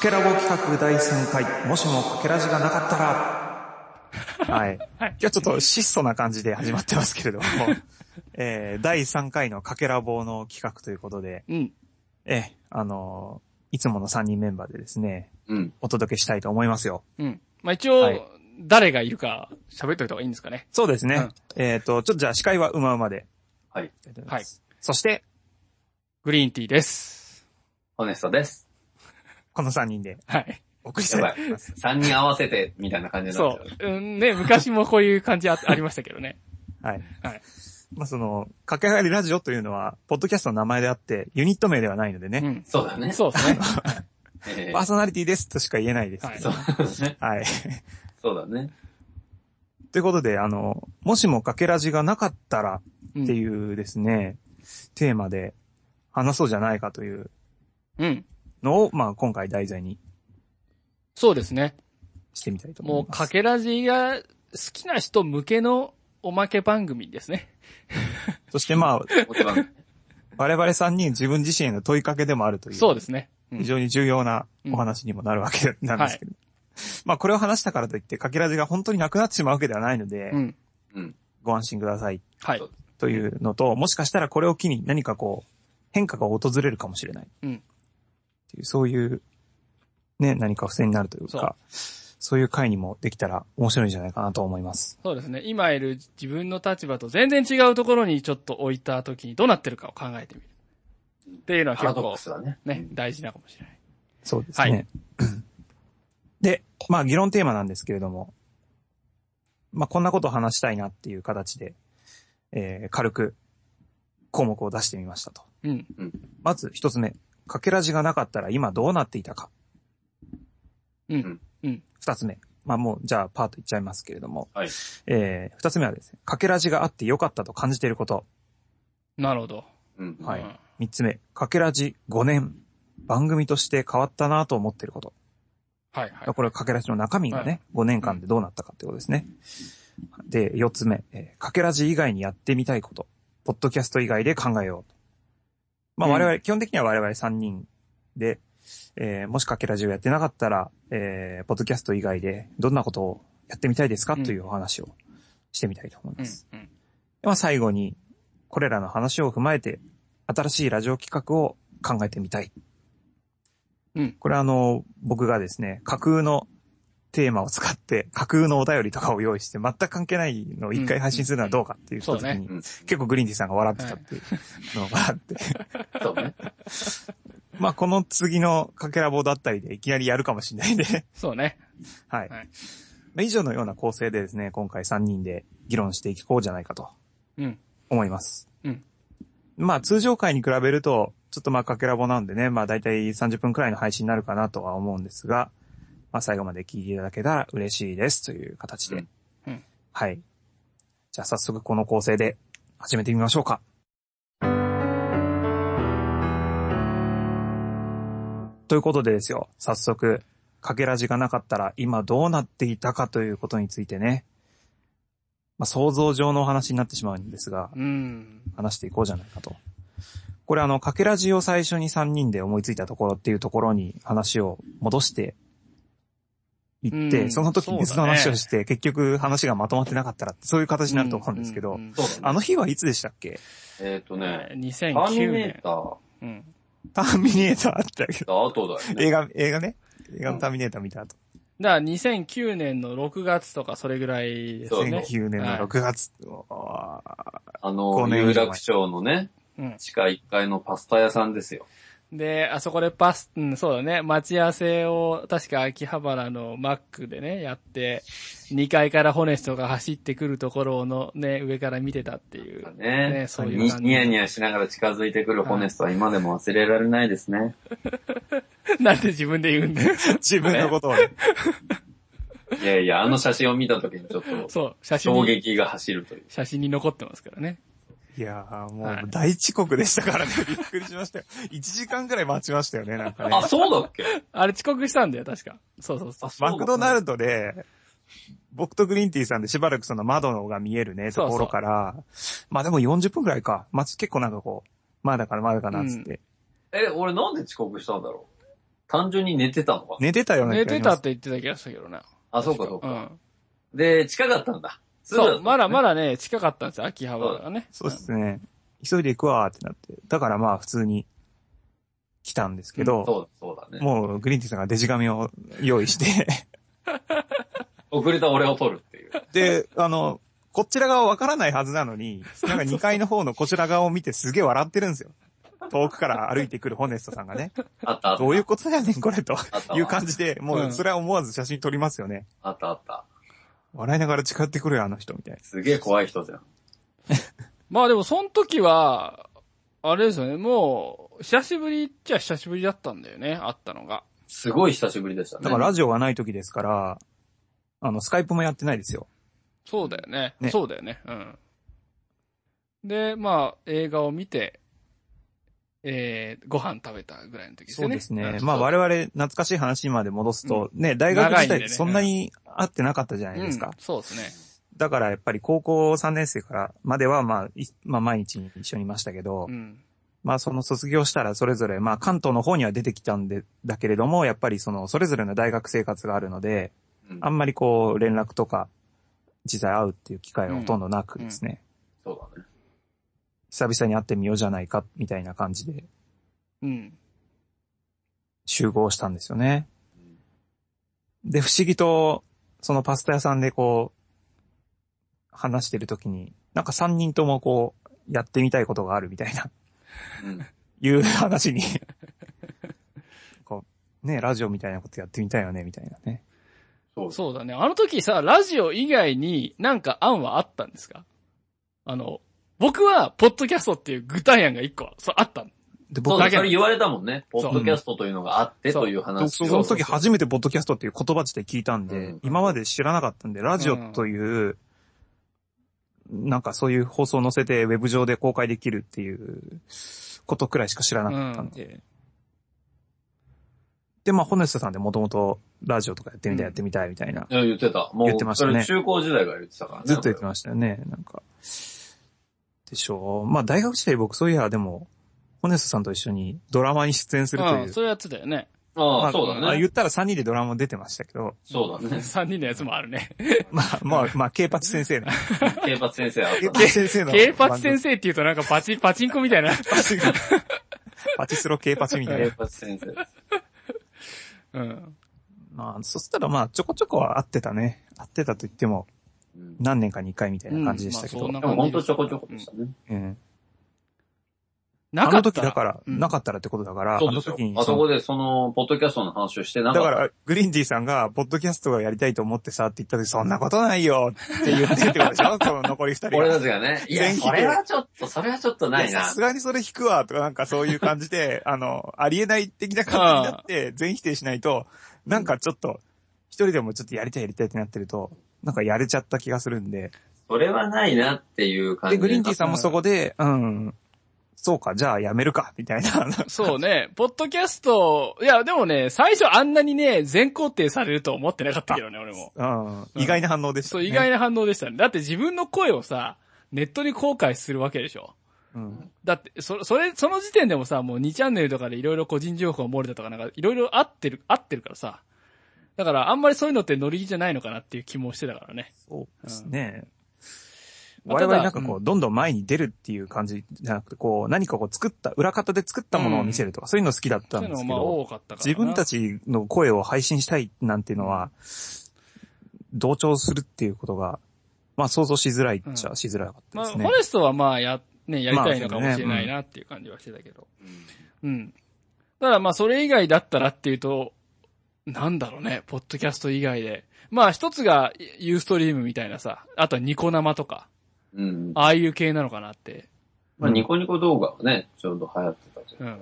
けラボ企画第3回、もしもかけらじがなかったら、はい。今日ちょっと質素な感じで始まってますけれども、 えー、第3回のかけらぼの企画ということで、うん。えー、あのーいつもの3人メンバーでですね、うん。お届けしたいと思いますよ。うん。まあ、一応、はい誰がいるか喋っといた方がいいんですかね。そうですね。うんえっ、と、ちょっとじゃあ司会はうまうまで。はい。はい。そして、グリーンティーです。ホネストです。この3人ではい。お送りしたいと思います。 3人合わせて、みたいな感じになっそちゃう。う。うん、ね、昔もこういう感 じあありましたけどね。はい。はい。まあ、その、かけはがりラジオというのは、ポッドキャストの名前であって、ユニット名ではないのでね、うん。そうだね。そうですね。えパーーソナリティですとしか言えないです。はいそうだね。はい。 そうだね。ということで、あの、もしもかけラジがなかったらう んっていうですね、テーマで話そうじゃないかといううん。のを、まあ、今回題材にそうですね。してみたいと思も、いうます。かけらじが好きな人向けのおまけ番組ですね。そしてまあ、もちろん。我々3人自分自身への問いかけでもあるという。そうですね。うん非常に重要なお話にもなるわけなんですけど。まあこれを話したからといって、かけらじが本当になくなってしまうわけではないので、うん。 うん。ご安心くださいはい。というのと、もしかしたらこれを機に何かこう、変化が訪れるかもしれない。うん。っていう、そういう、ね、何か不正になるというか、そういう回にもできたら面白いんじゃないかなと思います。そうですね。今いる自分の立場と全然違うところにちょっと置いた時にどうなってるかを考えてみる。っていうのはパラ結ドッ構クスだね。ね、大事なかもしれない。そうですね。はいで、まあ議論テーマなんですけれども、まあこんなことを話したいなっていう形で、えー、軽く項目を出してみましたと。うん。まず一つ目、かけらじがなかったら今どうなっていたか。うん。うん。二つ目。まあもう、じゃあパートいっちゃいますけれども。はい。えー、二つ目はですね、かけらじがあってよかったと感じていること。なるほど。うん。はいうん三つ目、かけらじ5年、番組として変わったなと思っていること。はいはい。これはかけらじの中身がね、5年間でどうなったかってことですね。で、四つ目、えーかけらじ以外にやってみたいこと。ポッドキャスト以外で考えようと。まあうん我々、基本的には我々3人で、えーもしかけらじをやってなかったら、えーポッドキャスト以外でどんなことをやってみたいですかうんというお話をしてみたいと思いうんま。す。うん。でまあ最後に、これらの話を踏まえて、新しいラジオ企画を考えてみたい。うん。これはあの、僕がですね、架空のテーマを使って、架空のお便りとかを用意して、全く関係ないのを一回配信するのはどうかっていうそう時ねに、うん。結構グリーンティーさんが笑ってたっていうのがあって、そうね。まあこの次のかけらぼうだったりでいきなりやるかもしれないんで、そうね。はい。はいまあ以上のような構成でですね、今回3人で議論していこうじゃないかとうん。思います。うん。まあ通常回に比べると、ちょっとまあかけらぼなんでね、まあ大体30分くらいの配信になるかなとは思うんですが、まあ最後まで聞いていただけたら嬉しいですという形で。うんうんはい。じゃあ早速この構成で始めてみましょうか。ということでですよ、早速、かけらじがなかったら今どうなっていたかということについてね、まあ想像上のお話になってしまうんですが、うん。話していこうじゃないかと。これあの、かけらじを最初に3人で思いついたところっていうところに話を戻していって、うんその時に別の話をして、結局話がまとまってなかったらって、そういう形になると思うんですけど、うううんそうだあね。の日はいつでしたっけえっとね、ターミ2009ネー年。ターうん。ターミネーターあった けど、と後だよ映ね。画、映画ね。映画のターミネーター見た後。だから2009年の6月とかそれぐらいですそうね。 2009年の6月。あ五年以上の、前有楽町のね、うん。地下1階のパスタ屋さんですよ。で、あそこでパス、うん、そうだね。待ち合わせを、確か秋葉原のマックでね、やって、2階からホネストが走ってくるところをのね、上から見てたっていう。 ねね。そういうに感じニヤニヤしながら近づいてくるホネストは今でも忘れられないですね。なんで自分で言うんだよ。自分のことをね。いやいや、あの写真を見た時にちょっと、そう、写真衝に、撃が走るという。写真に残ってますからね。いやーもはいう大遅刻でしたからね。びっくりしましたよ。1時間くらい待ちましたよね、なんかねあ、。そうだっけあれ遅刻したんだよ、確か。そうそうそう。マクドナルルドで、僕とグリーンティーさんでしばらくその窓が見えるね、そうそとこうろから、まあでも40分くらいか。まあ結構なんかこう、まだからまだかな、つって。え、俺なんで遅刻したんだろ単純に寝てたのか。寝てたよね。寝てたって言ってた気がしたけどな。あ、そうか、そうか。ん。で、近かったんだ。すぐそう、まだまだだね、近かったんですよ、秋葉原がね。そうですね。急いで行くわーってなって。だからまあ普通に来たんですけったど、ね。そうだ、そうだね。もうグリーンティーさんがデジ紙を用意 して、遅れた俺を取る っていう。で、あの、こちら側わからないはずなのに、なんか2階の方のこちら側を見てすげえ笑ってるんですよ。遠くから歩いてくるホネストさんがね、あった、あったどういうことやねんこれとあったわいう感じで、もううんそれは思わず写真撮りますよね。あった、あった。笑いながら近寄ってくるよ、あの人みたいな。すげえ怖い人じゃん。まあでも、その時は、あれですよね、もう、久しぶりっちゃ久しぶりだったんだよね、あったのが。すごい久しぶりでしたね。だからラジオがない時ですから、あの、スカイプもやってないですよ。そうだよね。ねそうだよね。うん。で、まあ、映画を見て、えー、ご飯食べたぐらいの時ですそようね。ですんね。まあ我々懐かしい話にまで戻すと、ね、大学長時いんでね代そんなに会ってなかったじゃないですか。うんそうですね。だからやっぱり高校3年生からまではまあ、いまあ毎日一緒にいましたけど、うん。まあその卒業したらそれぞれ、まあ関東の方には出てきたんで、だけれども、やっぱりそのそれぞれの大学生活があるので、うんあんまりこう連絡とか、実際会うっていう機会はほとんどなくですね、そうだね。久々に会ってみようじゃないか、みたいな感じでうん。集合したんですよね。で、不思議と、そのパスタ屋さんでこう、話してるときに、なんか3人ともこう、やってみたいことがあるみたいな、 うん。いう話に、こう、ね、ラジオみたいなことやってみたいよね、みたいなね。そうそうだね。あの時さ、ラジオ以外になんか案はあったんですかあの、僕は、ポッドキャストっていう具体案が一個、そう、あったので、そう僕だ、だけそれ言われたもんね。ポそうッドキャストというのがあってそうという僕話そを。の時初めてポッドキャストっていう言葉自体聞いたんで、うん今まで知らなかったんで、ラジオという、なんかそういう放送を載せてウェブ上で公開できるっていうことくらいしか知らなかったんで。で、まあ、ホネストさんでもともとラジオとかやってみたい、うんやってみたいみたいな、いや言ってた。もう、言ってましたねそれ中高時代から言ってたからね。ずっと言ってましたよね、なんか。でしょう。まあ、大学時代僕そういや、でも、ホネストさんと一緒にドラマに出演するといううん、。そういうやつだよね。あまあ、そうだね。まあ言ったら3人でドラマ出てましたけど、そうだね。 3人のやつもある ね。まあ、まあ、まあ、ケイパチ先生の警罰先生あケイパチ先生の。ケイパチ先生って言うとなんかパチ、 パチンコみたいな。生。 パチスロケイパチみたい警な。罰先生。うん。まあ、そしたらまあ、ちょこちょこは合ってたね。合ってたと言っても、うん何年かに1回みたいな感じでしたけど。うんまあそんなでも本当ちょこちょこでしたね。うん。なあかのった時だから、うんなかったらってことだから、そあうでのすよ時に。あそそのこでその、ポッドキャストの話をしてなだかかった。ら、グリーンディーさんが、ポッドキャストがやりたいと思ってさって言った時、そんなことないよって言ってってことでし ょその残り二人が。俺たちが ね、いや、全否定それはちょっと、それはちょっとないいなやさ。すがにそれ引くわ、とかなんかそういう感じ で、あの、ありえない的な感じになって、全否定しないと、なんかちょっと、一人でもちょっとやりたいやりたいってなってると、なんかやれちゃった気がするんで。それはないなっていう感じで、にグリーンティーさんもそこで、うん、そうか、じゃあやめるか、みたいな。 あのそうね、ポッドキャスト、いや、でもね、最初あんなにね、全肯定されると思ってなかったけどね、俺も。うん、意外な反応でした、そう、ね。意外な反応でしたね。だって自分の声をさ、ネットに公開するわけでしょ。うん。だって、そ、それ、その時点でもさ、もう2チャンネルとかでいろいろ個人情報が漏れたとかなんか、いろいろ合ってる、合ってるからさ。だから、あんまりそういうのって乗り気じゃないのかなっていう気もしてたからね。そうですね。まあ我ただ々なんかこうう、どんどん前に出るっていう感じじゃなくて、こう、何かこう作った、裏方で作ったものを見せるとか、そういうの好きだったそんういでうすのけど。もまあ多かったからな。自分たちの声を配信したいなんていうのは、同調するっていうことが、まあ想像しづらいっちゃしづらかったまあ、ですフね。ォレストはまあ、や、ね、やりたいのかもしれないなっていう感じはしてたけど。うんうん。ただまあ、それ以外だったらっていうと、なんだろうね、ポッドキャスト以外で。まあ、一つがユーストリームみたいなさ、あとはニコ生とか、うん。ああいう系なのかなって。まあ、ニコニコ動画はね、ちょうど流行ってたじゃん。うん。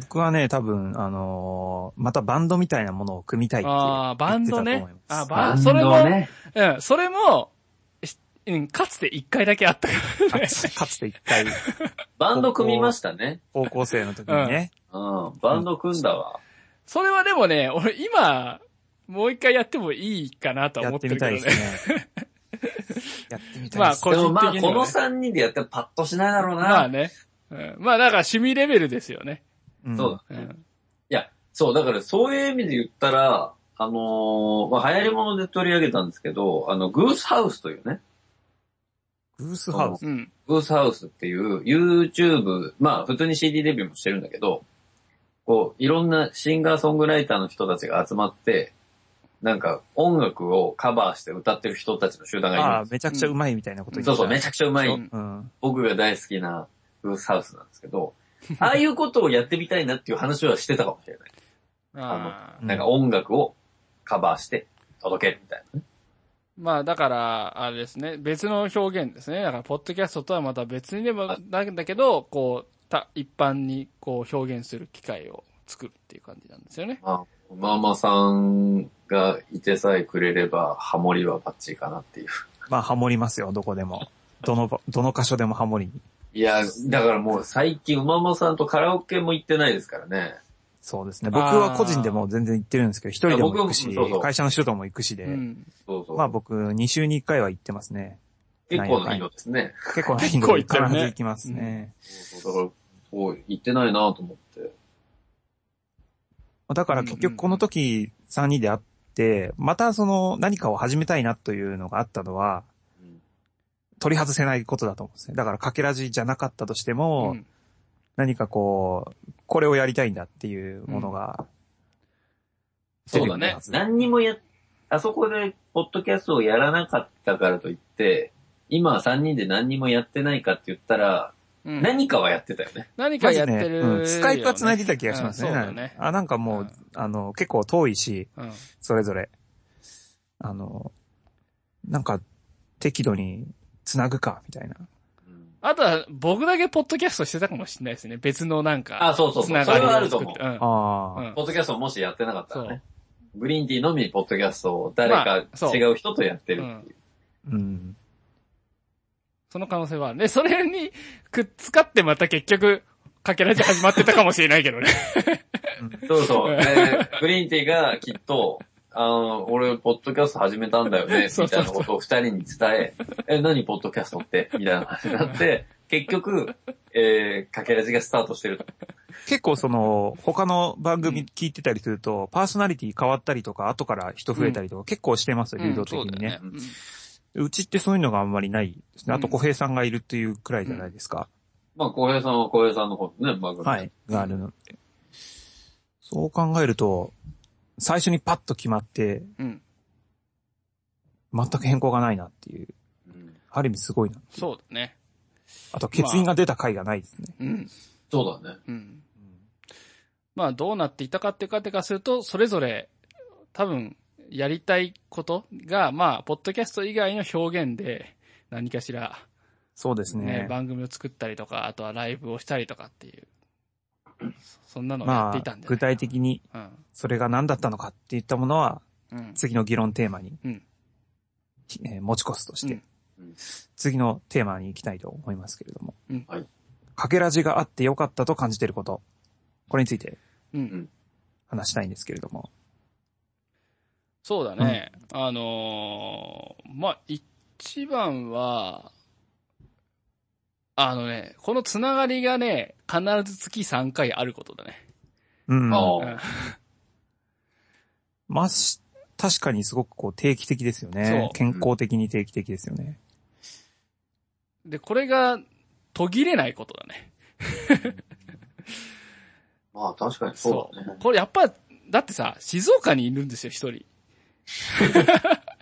僕はね、多分、あのーまたバンドみたいなものを組みたいっていう。ああ、バン言ドっねてた。と思あいバまンすそれもバンドね。うん、それも、しうん、かつて一回だけあったからね。あかつて一回、バンド組みましたね。高校生の時にね、うん。バンド組んだわ。それはでもね、俺今、もう一回やってもいいかなとはや思っっててるみけどたいでねす。ね。やってみたいです。まあで個人的もにまはあ、ねこの3人でやったらパッとしないだろうな。まあね。うん、まあだから趣味レベルですよね。うんそううだね。ん。いや、そう、だからそういう意味で言ったら、あのーまあ、流行り物で取り上げたんですけど、あの、グースハウスというね、グースハウス。うん。グースハウスっていう YouTube、まあ普通に CD デビューもしてるんだけど、こう、いろんなシンガーソングライターの人たちが集まって、なんか音楽をカバーして歌ってる人たちの集団がいあるあ、めちゃくちゃうまいみたいなこと言ってそた。うそう、めちゃくちゃうまい、うんうん。僕が大好きなグースハウスなんですけ ど、ああいうことをやってみたいなっていう話はしてたかもしれない。あーうんなんか音楽をカバーして届けるみたいなね。まあだから、あれですね、別の表現ですね。だから、ポッドキャストとはまた別にでも、なんだけど、こう、た、一般にこう表現する機会を作るっていう感じなんですよね。まあ、ママさんがいてさえくれれば、ハモリはバッチリかなっていう。まあ、ハモりますよ、どこでも。どの場、どの箇所でもハモりに。いや、だからもう最近、うままさんとカラオケも行ってないですからね。そうですね。僕は個人でも全然行ってるんですけど、一人でも行くいしや僕もそうそう、会社の人とも行くしでう、ん。そうそう。まあ僕、2週に1回は行ってますね。結構な頻度ですね。結構な頻結度構で行ってるね必ず行きます ね。そうそう。だから、そう、行ってないなと思って。だから結局この時3人で会って、またその何かを始めたいなというのがあったのは、うん取り外せないことだと思うんですね。だからかけらじじゃなかったとしてうも、ん何かこう、これをやりたいんだっていうものが、そうだね。何にもや、あそこで、ポッドキャストをやらなかったからといって、今3人で何にもやってないかって言ったら、うん何かはやってたよね。何まかずやっねてるよね、うんスカイプは繋いでた気がしますね。うんそうだねあ、なんかもう、うんあの、結構遠いし、うん。それぞれ。あの、なんか、適度に繋ぐか、みたいな。うんあとは、僕だけポッドキャストしてたかもしれないですね。別のなんあ、か、そうそうつそう。なそがれりをはあると作っ思うて。。うんああ、うんポッドキャストをもしやってなかったそらうね。。グリーンティーのみポッドキャストを誰まあかそう違う人とやってるっていう。うん。その可能性はある。で、それにくっつかってまた結局、かけらじ始まってたかもしれないけどね。そうそうう。んえーグリーンティーがきっと、あの、俺、ポッドキャスト始めたんだよね、そうみそたうそういなことを二人に伝え、え、何ポッドキャストってみたいな話になって、結局、えー、かけらじがスタートしてると。結構その、他の番組聞いてたりすると、パーソナリティ変わったりとか、後から人増えたりとか、結構してます よ、流動的にね。うんそうだよねうちってそういうのがあんまりないですね。あと、うん小平さんがいるっていうくらいじゃないですか。まあ、浩平さんは浩平さんの方ね、番組。はい。があるので。そう考えると、最初にパッと決まって、うんうん。全く変更がないなっていう。うんある意味すごいな。そうだね。あと、欠員が出た回がないですね。うん。そうだね。うん。まあ、どうなっていたかっていうかってかすると、それぞれ、多分、やりたいことが、まあ、ポッドキャスト以外の表現で、何かしら、そうですねね。番組を作ったりとか、あとはライブをしたりとかっていう、そそんなのをやっていたんじゃ具ない体的にかなそれが何だったのかっていったものは、うん。うん。次の議論テーマに、うんえー持ち越すとして、うんうん次のテーマに行きたいと思いますけれども。うんはいかけらじがあってよかったと感じていること。これについてうん。話したいんですけれども。そうだね。あのーまあ、一番は、あのね、このつながりがね、必ず月3回あることだね。うん。あうんあ、まあ、し確かにすごくこう定期的ですよそねう。健康的に定期的ですよね。で、これが途切れないことだね。まあ確かにそうだね。これやっぱ、だってさ、静岡にいるんですよ、一人。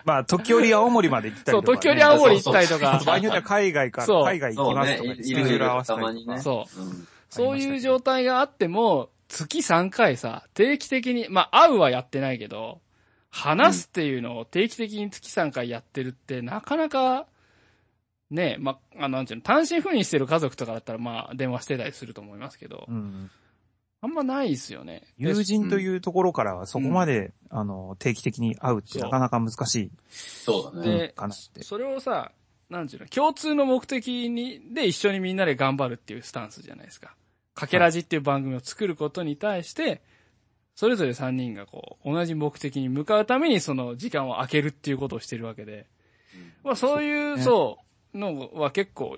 まあ、時折青森まで行ったりそう、とか、ね。時折青森行ったりとあかと、場合によっては海外から、そう海外行そきうますねとか、、いいるいる合わせたたまりにとかね。そう。うんそういう状態があっても、月3回さ、定期的に、まあ、会うはやってないけど、話すっていうのを定期的に月3回やってるって、なかなか、ねえ、まあ、あの、なんていうの、単身赴任してる家族とかだったら、まあ、電話してたりすると思いますけどう、ん。あんまないですよね。で友人というところからはそこまで、あの、定期的に会うってなかなか難しそうだね。でいかなって。それをさ、なんていうの、共通の目的に、で一緒にみんなで頑張るっていうスタンスじゃないですか。かけらじっていう番組を作ることに対して、それぞれ3人がこう、同じ目的に向かうためにその時間を空けるっていうことをしてるわけで、まあそういう、ねそう、のは結構、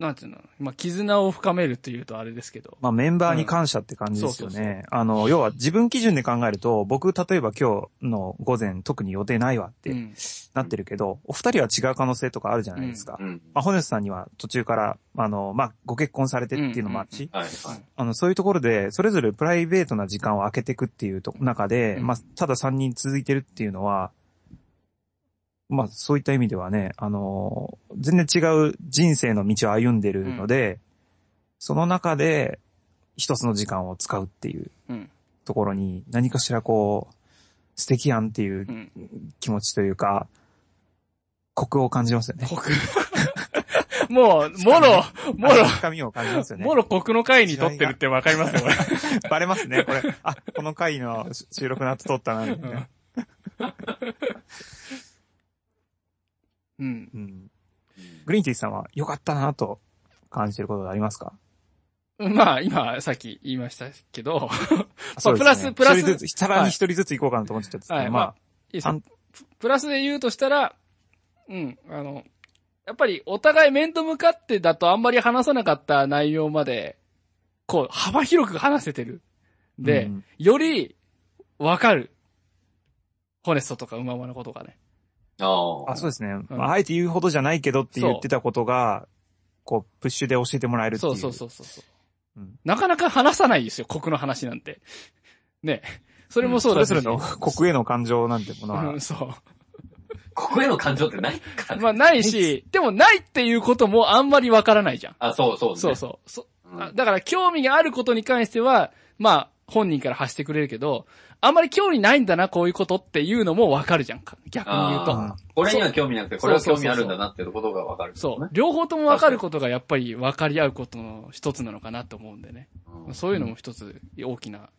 なんていうの、まあ、絆を深めるというとあれですけど。まあメンバーに感謝って感じですようんそうそね。あの、要は自分基準で考えると、僕、例えば今日の午前特に予定ないわっうてんなってるけど、お二人は違う可能性とかあるじゃないですか。うん。まあ、ホネスさんには途中から、あの、まあ、ご結婚されてっていうのもあるし、はい、はい。あの、そういうところで、それぞれプライベートな時間を空けていくっていうと中で、うんまあ、ただ3人続いてるっていうのは、まあ、そういった意味ではね、あの、全然違う人生の道を歩んでるので、その中で、一つの時間を使うっていううん。ところに、何かしらこう、素敵やんっていううん。気持ちというか、コクを感じますよね。コク。 もう、もろ、もあのろ、深みを感じますよね。もろコクの回に撮ってるってわかりますよ、これ。バレますね、これ。あ、この回の収録の後撮ったな、みたいな。うん。 うん。グリーンティーさんは良かったなと感じてることがありますかまあ、今、さっき言いました けど、そうですねプラス一人ずつ、さらに一人ずつ行こうかなと思っちゃって、はいまあ、まいいですあんプラスで言うとしたら、うん、あの、やっぱりお互い面と向かってだとあんまり話さなかった内容まで、こう、幅広く話せてる。で、うんより、わかる。ホネストとかウマウマのことがね。ああ。あ、そうですね。うんまあ、あえて言うほどじゃないけどって言ってたことが、こう、プッシュで教えてもらえるってい。そううそうそうそうそう。うんなかなか話さないですよ、国の話なんて。 ね。それもそうだし。それぞれの国への感情なんてものはうん、、そう。ここへの感情ってないからね。まあ、ないし、でもないっていうこともあんまりわからないじゃん。あ、そうそう、ね。そうそう。そうん。あだから、興味があることに関しては、まあ、本人から発してくれるけど、あんまり興味ないんだな、こういうことっていうのもわかるじゃんか。逆に言うと。あーこれには興味なくて、これは興味あるんだなっていうことがわかる、そう。ね。両方ともわかることがやっぱり分かり合うことの一つなのかなと思うんでね。うんそういうのも一つ大きな、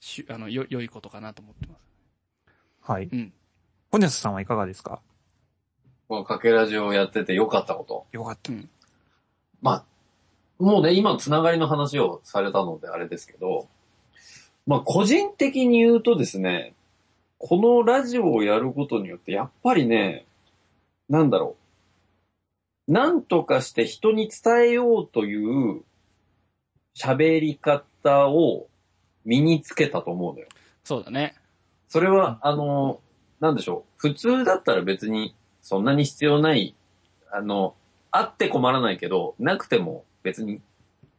しあの、よ、良いことかなと思ってます。はい。うん。ホネスさんはいかがですかこのかけラジオをやってて良かったこと。良かった。まあ、もうね、今つながりの話をされたのであれですけど、まあ個人的に言うとですね、このラジオをやることによって、やっぱりね、なんだろう。なんとかして人に伝えようという喋り方を身につけたと思うのよ。そうだね。それは、あの、なんでしょう。普通だったら別にそんなに必要ない、あの、あって困らないけど、なくても別に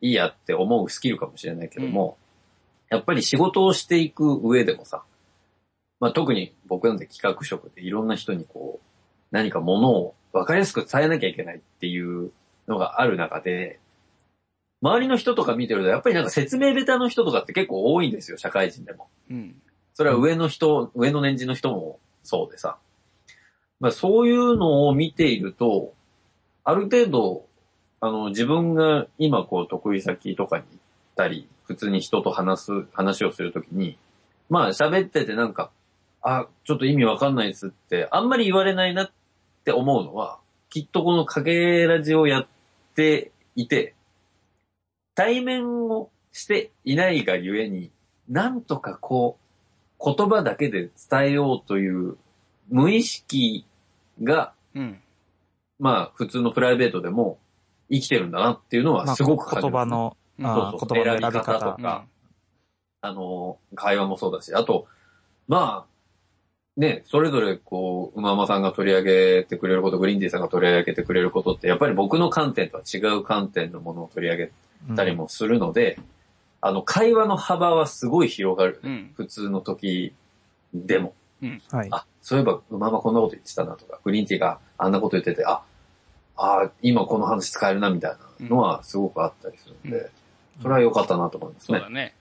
いいやって思うスキルかもしれないけども、やっぱり仕事をしていく上でもさ、まあ、特に僕なんて企画職でいろんな人にこう、何かものを分かりやすく伝えなきゃいけないっていうのがある中で、周りの人とか見てると、やっぱりなんか説明ベタの人とかって結構多いんですよ、社会人でも。うん。それは上の人、上の年次の人もそうでさ。まあそういうのを見ていると、ある程度、あの自分が今こう得意先とかに行ったり、普通に人と話す、話をするときに、まあ喋っててなんか、あ、ちょっと意味わかんないですって、あんまり言われないなって思うのは、きっとこのかけラジをやっていて、対面をしていないがゆえに、なんとかこう、言葉だけで伝えようという無意識が、うん。まあ普通のプライベートでも生きてるんだなっていうのまはあすごく感じ言る葉の、うんあーそうそう言葉の選び選び方方とか、あの、会話もそうだし、あと、まあ、ね、それぞれこう、うままさんが取り上げてくれること、グリーンディーさんが取り上げてくれることって、やっぱり僕の観点とは違う観点のものを取り上げたりもするので、あの、会話の幅はすごい広がる。うん。普通の時でも。うん。はい。あ、そういえば、うままこんなこと言ってたなとか、グリーンティーがあんなこと言ってて、あ、あー今この話使えるなみたいなのはすごくあったりするんで、それは良かったなと思いますそうねだ。ね。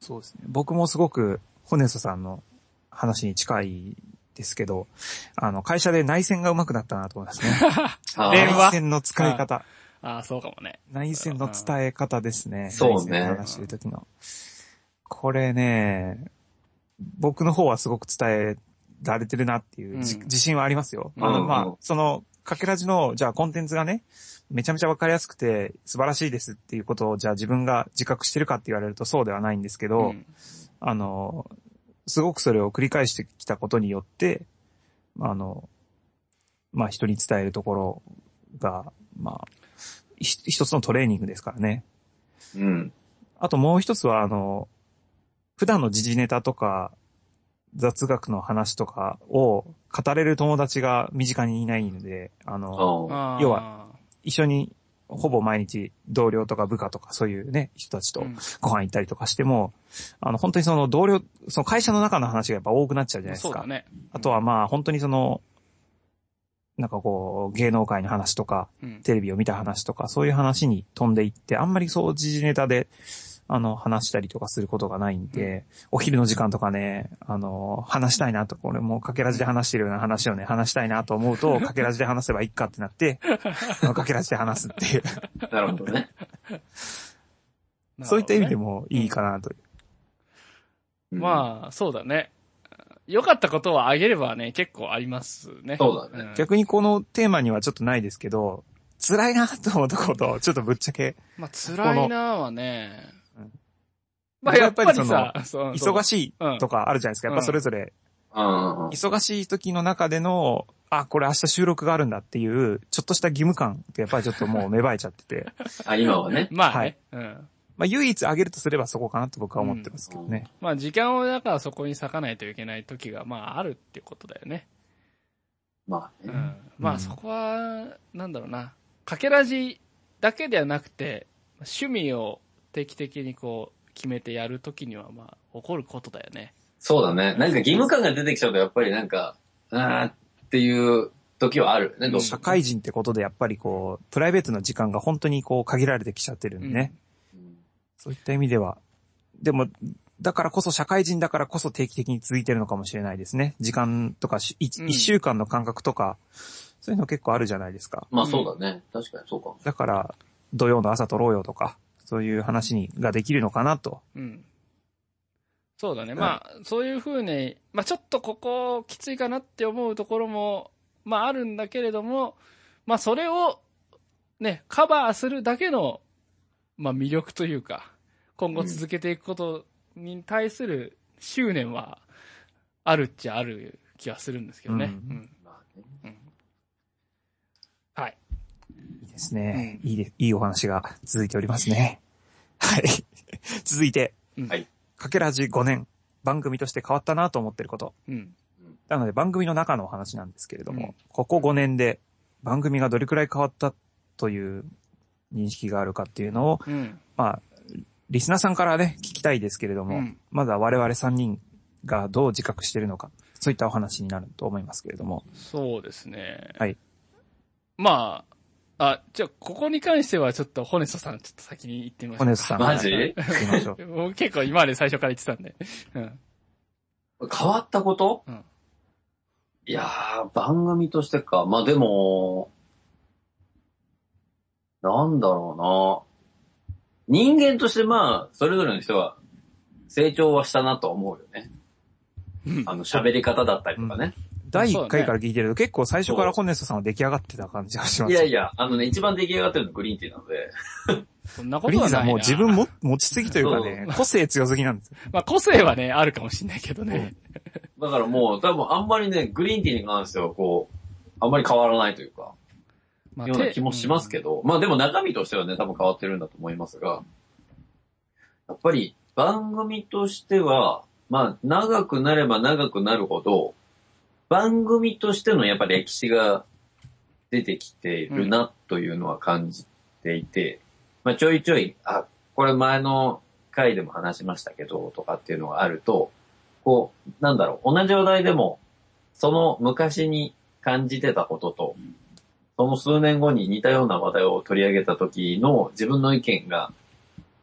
そうですね。僕もすごく、ホネソさんの話に近いですけど、あの、会社で内線が上手くなったなと思いますね。 あー電話内線の使い方。ああ、そうかもね。内線の伝え方ですね。そうね内線の話してる時の。これね、僕の方はすごく伝えられてるなっていう、じうん自信はありますよ。うんあの、まうあん、その、かけらじの、じゃあコンテンツがね、めちゃめちゃわかりやすくて素晴らしいですっていうことを、じゃあ自分が自覚してるかって言われるとそうではないんですけど、んあの、すごくそれを繰り返してきたことによって、あの、まあ、人に伝えるところが、まあ、ひ一つのトレーニングですからね。うん。あともう一つは、あの、普段の時事ネタとか、雑学の話とかを語れる友達が身近にいないので、あの、あああー要一緒にほぼ毎日同僚とか部下とかそういうね、人たちとうんご飯行ったりとかしても、あの本当にその同僚、その会社の中の話がやっぱ多くなっちゃうじゃないですそうか。だね。あとはまあ本当にその、なんかこう芸能界の話とか、うん。テレビを見た話とか、そういう話に飛んでいって、あんまりそう時事ネタで、あの、話したりとかすることがないんで、お昼の時間とかね、あの、話したいなと、これもうかけらじで話してるような話をね、話したいなと思うと、かけらじで話せばいいかってなって、あのかけらじで話すっていう、なるほど ね。そういった意味でも。もいいかなという。あ。まあ、そうだね。良かったことをあげればね、結構ありますね。そうだねん逆にこのテーマにはちょっとないですけど、辛いなと思ったことをちょっとぶっちゃけ、まあ、辛いなぁはねうん。まあ、やっぱり僕はやさ、そう忙しい。しいとかあるじゃないですか。やっぱそれぞれうんうん忙しい時の中での、あ、これ明日収録があるんだっていう、ちょっとした義務感ってやっぱりちょっともう芽生えちゃって て、あ、今はね。まあはねい。うん。まあ唯一あげるとすればそこかなと僕は思ってますけどね。まあ、時間をだからそこに割かないといけない時が、まあ、あるってことだよね。まあうね。ん。まあ、そこは、なんだろうな。かけらじだけではなくて、趣味を定期的にこう、決めてやるときには、まあ、起こることだよね。そうだね。何か義務感が出てきちゃうと、やっぱりなんか、あーっていう時はあるよね、どうし社会人ってことでやっぱりこう、プライベートの時間が本当にこう限られてきちゃってるんでね。そういった意味では。でも、だからこそ社会人だからこそ定期的に続いてるのかもしれないですね。時間とかし、い一、うん週間の感覚とか、そういうの結構あるじゃないですか。まあそうだね。確かにそうかも。だから、土曜の朝撮ろうよとか、そういう話にができるのかなと。うん。そうだね。まあ、そういうふうに、まあちょっとここきついかなって思うところも、まああるんだけれども、まあそれを、ね、カバーするだけの、まあ魅力というか、今後続けていくことに対する執念は、あるっちゃある気はするんですけどね。うんうんまあねはい。いいですね。いいで、いいお話が続いておりますね。はい。 続いて、うんはいかけらじ5年、番組として変わったなと思ってること。うん。なので番組の中のお話なんですけれども、うんここ5年で番組がどれくらい変わったという認識があるかっていうのを、うん。まあ、リスナーさんからね、聞きたいですけれども、うんまずは我々3人がどう自覚してるのか、そういったお話になると思いますけれど も、そうですね。はい。まあ、あ、じゃあ、ここに関してはちょっと、ホネストさん、ちょっと先に行ってみましょうか。ホネストさん。マジ行きましょう。もう結構今まで最初から言ってたんで。うん。変わったこと、うんいやー、番組としてか。まあでも、なんだろうな。人間としてまあ、それぞれの人は成長はしたなと思うよね。うんあの、喋り方だったりとかね。第1回から聞いてると結構最初からホネストさんは出来上がってた感じがしますいよやねいや、あのね、一番出来上がってるのグリーンティーなので。そんなこグリーとはンなさいな。んもう自分も持ちすぎというかね、個性強すぎなんですよ。まあ個性はね、あるかもしれないけどね。だからもう、多分あんまりね、グリーンティーに関してはこう、あんまり変わらないというか、まような気もしますけど。ど、まあでも中身としてはね、多分変わってるんだと思いますが、やっぱり番組としては、まあ長くなれば長くなるほど、番組としてのやっぱ歴史が出てきているなというのは感じていて、まあちょいちょい、あ、これ前の回でも話しましたけど、とかっていうのがあると、こう、なんだろう、同じ話題でも、その昔に感じてたことと、その数年後に似たような話題を取り上げた時の自分の意見が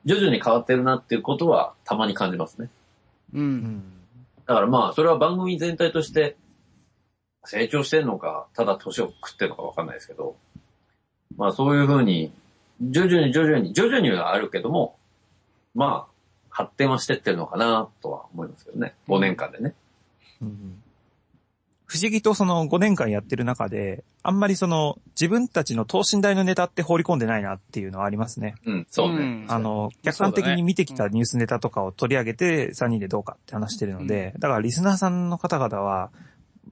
徐々に変わってるなっていうことはたまに感じますね。う。うんんだからまあ、それは番組全体として成長してんのか、ただ年を食ってるのかわかんないですけど、まあそういうふうに、徐々に徐々に、徐々にはあるけども、まあ、発展はしてってるのかなとは思いますけどね。5年間でね。うん不思議とその5年間やってる中で、あんまりその自分たちの等身大のネタって放り込んでないなっていうのはありますね。うん、そうね。うんあの、客観的に見てきたニュースネタとかを取り上げて3人でどうかって話してるので、だからリスナーさんの方々は、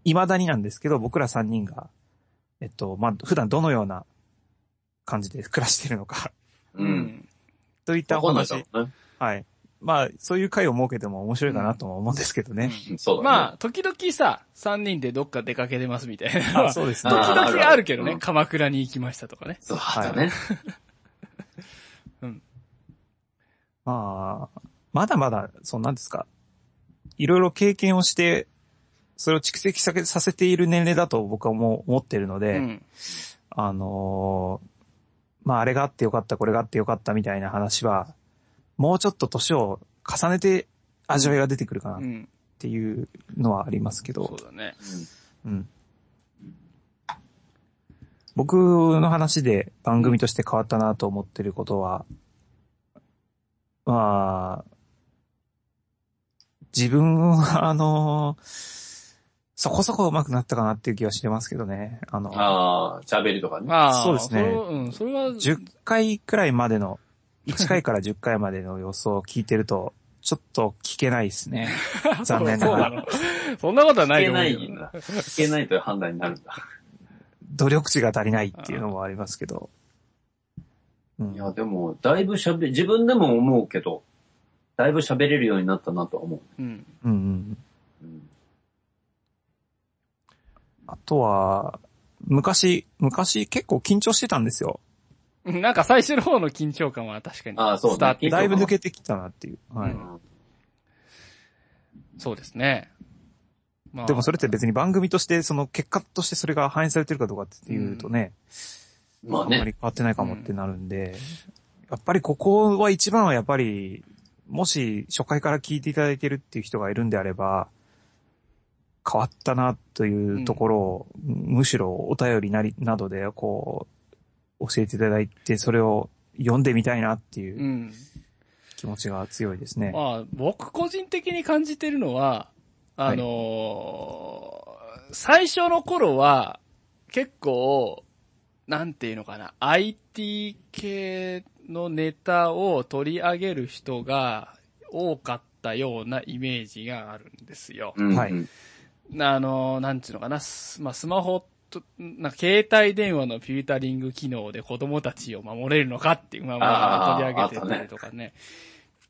未だになんですけど、僕ら3人が、えっと、まあ、普段どのような感じで 暮らしているのか、うん。うん。といったおわかんないだ話ろ。うね。はい。まあ、そういう回を設けても面白いかなとも思うんですけどね。うんそうだね。まあ、時々さ、三人でどっか出かけてますみたいな。 あそうです時ね。あー々あるけどうね、ん鎌倉に行きましたとかね。そうだね。まあ、まだまだ、そんなんですか。いろいろ経験をして、それを蓄積ささせている年齢だと僕はもう思ってるのうで、ん。あのーまああれがあってよかった、これがあってよかったみたいな話は、もうちょっと年を重ねて味わいが出てくるかなっうん。ていうのはありますけそど、うだね。うん。僕の話で番組として変わったなと思ってることは、まあ、自分は、あのーそこそこ上手くなったかなっていう気はしてますけどね。あの、ああ、喋りとかね。まあ、そうですねれはうん、それは、 10回くらいまでの、1回から10回までの予想を聞いてると、ちょっと聞けないです ね。残念なそうがなら。の。そんなことは聞ないとけ思なういけんど。だ。聞けないという判断になるんだ。努力値が足りないっていうのもありますけど。うんいや、でも、だいぶ喋、自分でも思うけど、だいぶ喋れるようになったなとは思うん。うんうん。う。うんあとは、昔、昔結構緊張してたんですよ。なんか最初の方の緊張感は確かに。あーそうね伝わってきただいぶ抜けてきたなっていう。はういん。そうですね。まあでもそれって別に番組として、その結果としてそれが反映されてるかどうかっていうとね、まああんまりね、変わってないかもってなるんで、やっぱりここは一番はやっぱり、もし初回から聞いていただいてるっていう人がいるんであれば、変わったなというところを、むしろお便りなり、などでこう、教えていただいて、それを読んでみたいなってう。いうん気持ちが強いですね。まあ、僕個人的に感じてるのは、あのー最初の頃は、結構、なんていうのかな、IT 系のネタを取り上げる人が多かったようなイメージがあるんですよ。うんはいうんあの、なんちゅうのかな、スまあ、スマホと、なんか携帯電話のフィルタリング機能で子供たちを守れるのかっていう、まあまあ、あ取ーり上げてたりとかね。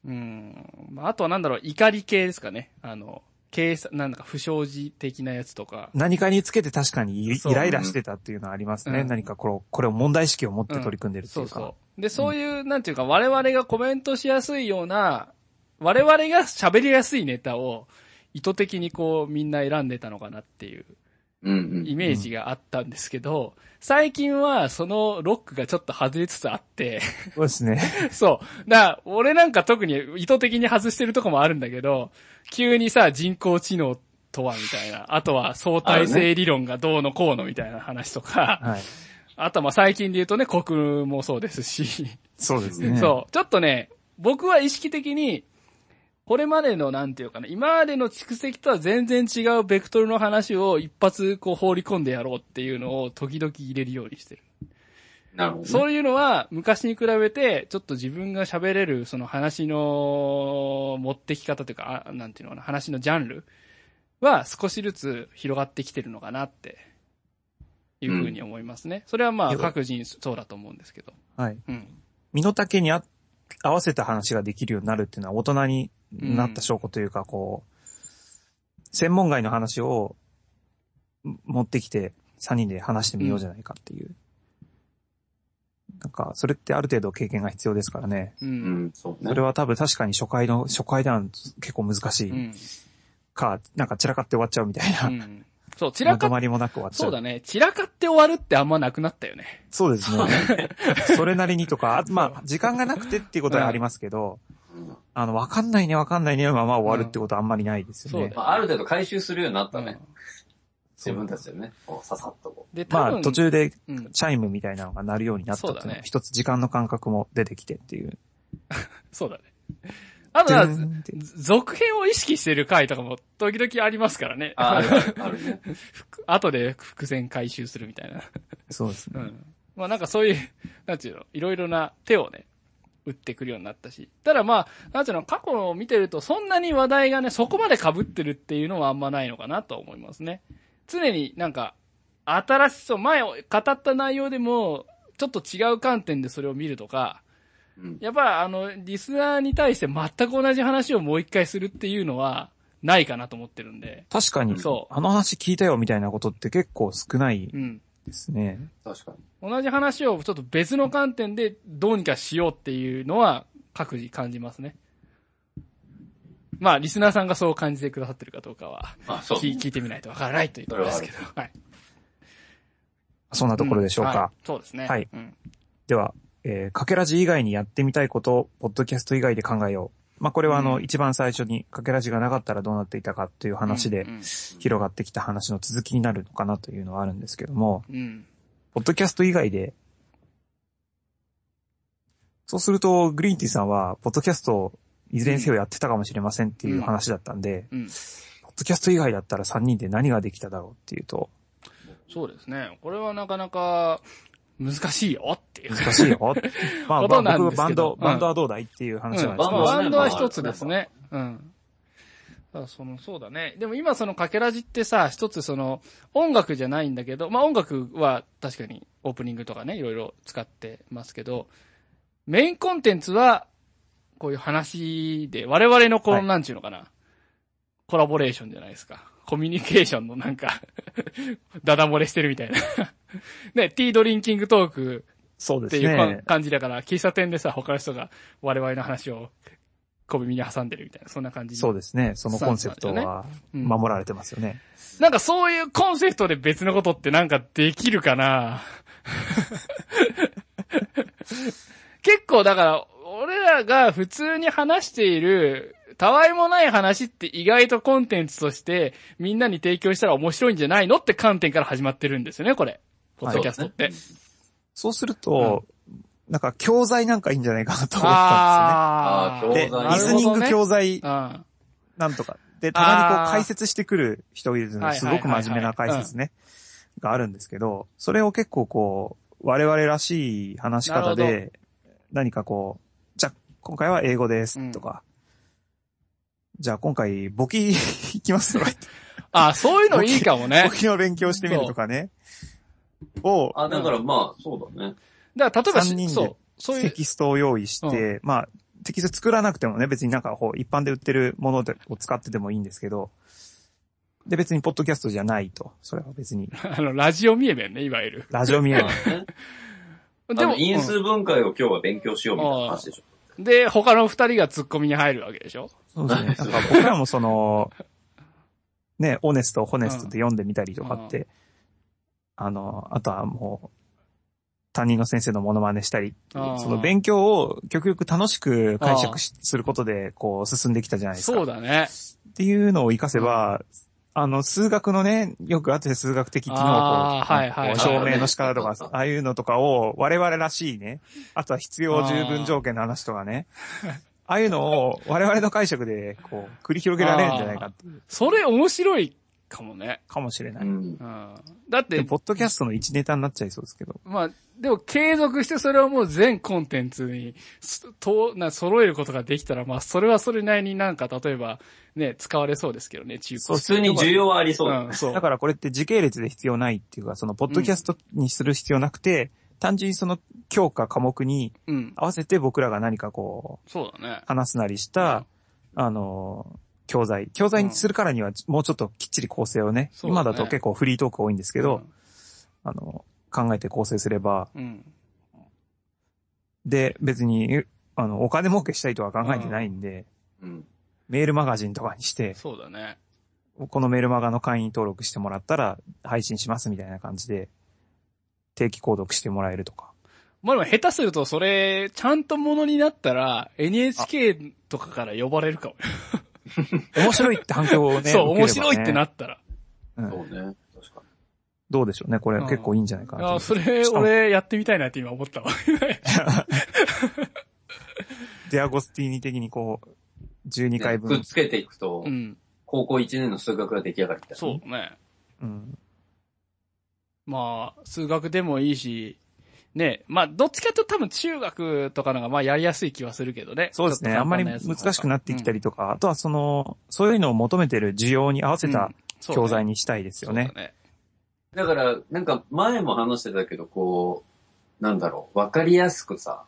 うん。まあ、あとはなんだろう、怒り系ですかね。あの、計算、なんだか不祥事的なやつとか。何かにつけて確かにイそうイライラしてたっていうのはありますね。うん何かこれこれを問題意識を持って取り組んでるってそいううか。そう。で、そういう、なんていうか、我々がコメントしやすいような、我々が喋りやすいネタを、意図的にこう、みんな選んでたのかなっていう。うんうん。イメージがあったんですけど、最近はそのロックがちょっと外れつつあって、 そうですね。そう。だから俺なんか特に意図的に外してるとこもあるんだけど、急にさ、人工知能とはみたいな、あとは相対性理論がどうのこうのみたいな話とか、はい。あとはまあ最近で言うとね、国もそうですし、そうですね。そう。ちょっとね、僕は意識的に、これまでのなんていうかな、今までの蓄積とは全然違うベクトルの話を一発こう放り込んでやろうっていうのを時々入れるようにしてる。なるほどね。そういうのは昔に比べて、ちょっと自分が喋れるその話の持ってき方というか、あなんていうのかな、話のジャンルは少しずつ広がってきてるのかなっていうふうに思いますね。それはまあ各人そうだと思うんですけど。はい。うん。身の丈にあ合わせた話ができるようになるっていうのは大人になった証拠というか、こう、専門外の話をん持ってきて3人で話してみようじゃないかっていう。なんか、それってある程度経験が必要ですからね。う。うんん、そうそねれ。は多分確かに初回の、初回談結構難しういん。か、なんか散らかって終わっちゃうみたいな。うんそう、散まらかとっ、まりもなく終わっちゃ。そううだね。散らかって終わるってあんまなくなったよね。そうですね。 それなりにとか、あまあ、時間がなくてっていうことはありますけど、うんまあの、わかんないね、わかんないねのまま終わるってことはあんまりないですよね。うんそうだよあある程度回収するようになったね。そう自分たちでね、こうささっとこで、多分、まあ、途中でうん、チャイムみたいなのが鳴るようになったっていうそうのだは、ね一つ時間の感覚も出てきてっていう。そうだね。あとは、ドゥーずンって続編を意識してる回とかも時々ありますからねう。。ああるある、あるね。ふ 後で伏線回収するみたいな。そうですね。うん。まあなんかそう いう、なんていうの、いろいろな手をね、打ってくるようになったし。ただまあ、なんていうの、過去を見てるとそんなに話題がね、そこまで被ってるっていうのはあんまないのかなと思いますね。常になんか、新しそう、前語った内容でも、ちょっと違う観点でそれを見るとか、うん。やっぱあの、リスナーに対して全く同じ話をもう一回するっていうのは、ないかなと思ってるんで。確かに、そあの話聞いたよみたいなことって結構少ないうん。ですね。確かに。同じ話をちょっと別の観点でどうにかしようっていうのは、各自感じますね。まあ、リスナーさんがそう感じてくださってるかどうかは、あ、そう。聞聞いてみないとわからないというところですけど。はい。そんなところでしょうか。んはいそうですね。はいうん。では、えー、かけらじ以外にやってみたいことを、ポッドキャスト以外で考えよう。まあ、これはあの、うん一番最初にかけらじがなかったらどうなっていたかっていう話でう、ん広がってきた話の続きになるのかなというのはあるんですけども、うん。うんポッドキャスト以外で、そうすると、グリーンティーさんは、ポッドキャストをいずれにせよやってたかもしれませんっていう話だったんで、うん。ポッドキャスト以外だったら3人で何ができただろうっていうと、そうですね。これはなかなか、難しいよっていう。難しいよ。 まあ、まあことなんですけど僕バンド、うバんンドはどうだいっていう話なんですけうど、んバンドは一つですね。うん。だからその、そうだね。でも今そのかけらじってさ、一つその、音楽じゃないんだけど、まあ音楽は確かにオープニングとかね、いろいろ使ってますけど、メインコンテンツは、こういう話で、我々のこの、はいなんちゅうのかな、コラボレーションじゃないですか。コミュニケーションのなんか、 ダダ漏れしてるみたいな。 ね、ティードリンキングトークそうでってすいうかね。感じだから、喫茶店でさ、他の人が我々の話を小耳に挟んでるみたいな、そんな感じにそうですね。そのコンセプトはうん守られてますよね。なんかそういうコンセプトで別のことってなんかできるかな 結構だから、俺らが普通に話している、たわいもない話って意外とコンテンツとしてみんなに提供したら面白いんじゃないのって観点から始まってるんですよね、これ。ポッドキャストって。そうすると、なんか教材なんかいいんじゃないかなと思ったあーんですよあね。ーで、リスニング教材ああ。なんとか。で、たまにこあーう解説してくる人いるのはいはいはいはいすごく真面目な解説ね、があるんですけど、それを結構こう、我々らしい話し方なで、何かこう、じゃあ今回は英語ですとか、じゃあ今回簿記 いきますとか言って、ああ、そういうのいいかもね簿。記の勉強してみるとかね、をあ、だからまあ、そうだね。だから、例えばし三人でそう、そういテ う、キストを用意して、まあ、テキスト作らなくてもね、別になんかこう、一般で売ってるものでを使っててもいいんですけど、で、別にポッドキャストじゃないと。それは別に、あの、ラジオ見えべんね、いわゆる。ラジオ見えるま。 あねであもの、因数分解を今日は勉強しようみたいな話でしょ。うんで、他の二人が突っ込みに入るわけでしょそうですね。なんか僕らもその、ね、オネスト、ホネストで読んでみたりとかって、あの、あとはもう、担任の先生のモノマネしたり、そあーの勉強を極力楽しく解釈しすることで、こう、進んできたじゃないですか。そうだね。っていうのを活かせば、あの、数学のね、よくあって数学的機能をこうあーはいはいはいこう証明の仕方とはかい、ああいうのとかを我々らしいね、あとは必要十分条件の話とかね、ああいうのを我々の解釈でこう繰り広げられるんじゃないかっていうそれ面白いかもね。かもしれなうい。ん。うん。だっでて、ポッドキャストの一ネタになっちゃいそうですけど。まあ、でも継続してそれをもう全コンテンツに、すと、な、揃えることができたら、まあ、それはそれなりになんか、例えば、ね、使われそうですけどね、中古。そう普通に需要はありそうだうね。ん、そう。だからこれって時系列で必要ないっていうか、そのポッドキャストにする必要なくて、単純にその教科科目にうん。合わせて僕らが何かこう、そうだね。話すなりした、あの、教材。教材にするからには、もうちょっときっちり構成をね、そうだね今だと結構フリートーク多いんですけど、あの、考えて構成すれば、うん、うん。で、別に、あの、お金儲けしたいとは考えてないんで、うん。メールマガジンとかにして、そうだね。このメールマガの会員登録してもらったら、配信しますみたいな感じで、定期購読してもらえるとか。まあでも下手するとそれ、ちゃんとものになったら、NHK とかから呼ばれるかも。面白いって反響を ね。そう、面受ければ白ねいってなったら。うそうんね。確かどうでしょうね。これうん結構いいんじゃないかなと思いああ、ます。それ、俺、やってみたいなって今思ったわ。ディアゴスティーニ的にこう、12に。回く分っつけていくとう、ん。高校1年の数学が出来上がるみたいな。そうね。うん。まあ、数学でもいいし、ね、まあ、どっちかというと多分中学とかのがまあやりやすい気はするけどね。そうですね。ちょあっとんま簡り単なやつの方が難しくなってきたりとか、あとはその、そういうのを求めてる需要に合わせた教材にしたいですよね。うんそうだね。だから、なんか前も話してたけど、こう、なんだろう、わかりやすくさ、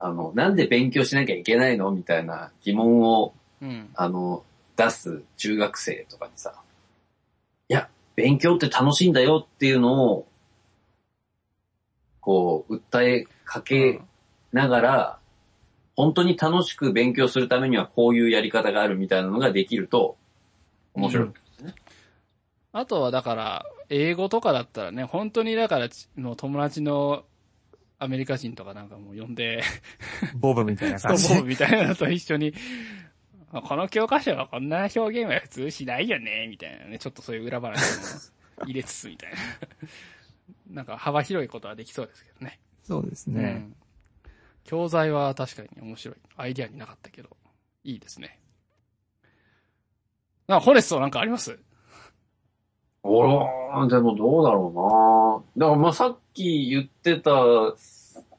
あの、なんで勉強しなきゃいけないのみたいな疑問を、うん。あの、出す中学生とかにさ、いや、勉強って楽しいんだよっていうのを、こう、訴えかけながら、本当に楽しく勉強するためにはこういうやり方があるみたいなのができると、面白い。あとはだから、英語とかだったらね、本当にだから、ちの友達のアメリカ人とかなんかもう呼んで、ボブみたいなそう感じ思うで。みたいなのと一緒に、あこの教科書はこんな表現は普通しないよね、みたいなね、ちょっとそういう裏話も入れつつみたいな。 なんか幅広いことはできそうですけどね。 そうですうね。ん。教材は確かに面白い。アイディアになかったけど、いいですね。なんか、ホネストなんかありますおらー、でもどうだろうなだからまあさっき言ってた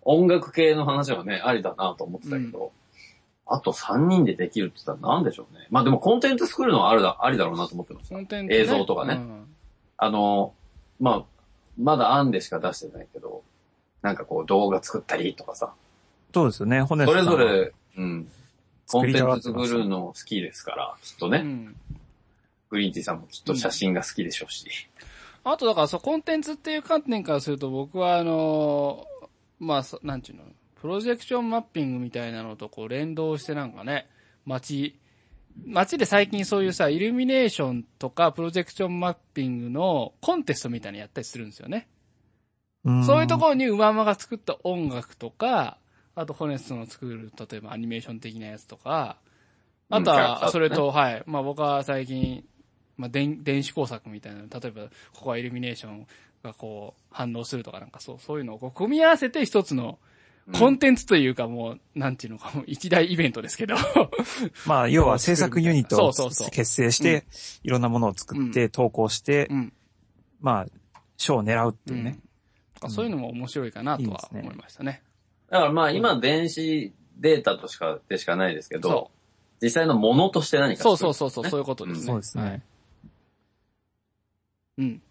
音楽系の話はね、ありだなと思ってたけど、あと3人でできるって言ったら何でしょうね。まあでもコンテンツ作るのはあるだ、ありだろうなと思ってました。コンテンツね映像とかねうんあの、まあ、まだ案でしか出してないけど、なんかこう動画作ったりとかさ、そうですよね。骨それぞれ、うん、コ作ンりテたがンっツてま作するの好きですから、きっとうね、ん。グリーンティーさんもきっと写真が好きでしょうし。あとだからそう、コンテンツっていう観点からすると僕はあのーまあ、そなんちゅうの、プロジェクションマッピングみたいなのとこう連動してなんかね、街、街で最近そういうさ、イルミネーションとかプロジェクションマッピングのコンテストみたいなのやったりするんですよね。そういうところにウママが作った音楽とか、あとホネストの作る、例えばアニメーション的なやつとか、あとうんキャラクは、ターとかねそれと、はい。まあ僕は最近、まあ電電子工作みたいな、例えば、ここはイルミネーションがこう、反応するとかなんかそう、そういうのをこう組み合わせて一つのうんコンテンツというかもう、なんていうのかもう一大イベントですけど、まあ、要は制作ユニットをそうそうそう結成して、いろんなものを作って、投稿してう、ん。まあ、賞を狙うってういうんね。そういうのも面白いかなうとはんいいですね思いましたね。だからまあ今電子データとしか、でしかないですけどそ、実際のものとして何うかそうそうう。そうそう、そういうことですね。うんそうですはいね。。うん。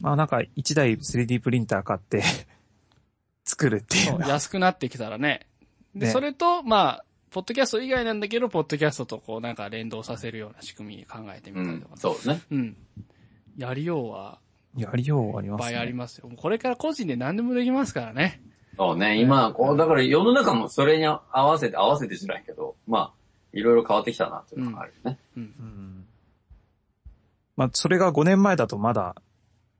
まあ、なんか、1台 3D プリンター買って、 作るっていそうう、。 安くなってきたらね。で、ねそれと、まあ、ポッドキャスト以外なんだけど、ポッドキャストとこうなんか連動させるような仕組み考えてうみたりんとか、、そうですね。うん。やりようは、やりようありいっますぱね。いありますよ。もうこれから個人で何でもできますからね。そうね、今、こう、だから世の中もそれに合わせて、合わせてじゃないけど、まあ、いろいろ変わってきたなというのがあるよね。うんう。んまあ、それが5年前だとまだ、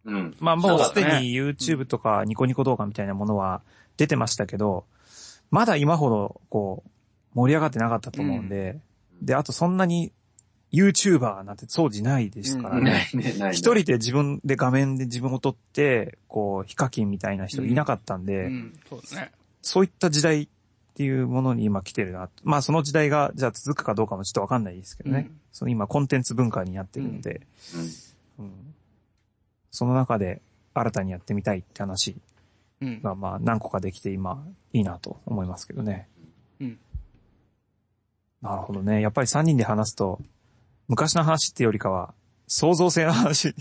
うん。まあもうそうすでだねに YouTube とかニコニコ動画みたいなものは出てましたけど、まだ今ほどこう、盛り上がってなかったと思うんで、うんで、あとそんなに YouTuber なんて当時ないですからなね。いね、ないね。一人で自分で画面で自分を撮って、こう、ヒカキンみたいな人いなかったんうで、ん。そうですね。そういった時代っていうものに今来てるな。まあその時代がじゃあ続くかどうかもちょっとわかんないですけどね。うんその今コンテンツ文化になってるので、うん。うんその中で新たにやってみたいって話うん。がまあ何個かできて今いいなと思いますけどね。うんなるほどね。やっぱり3人で話すと昔の話ってよりかは創造性の 話、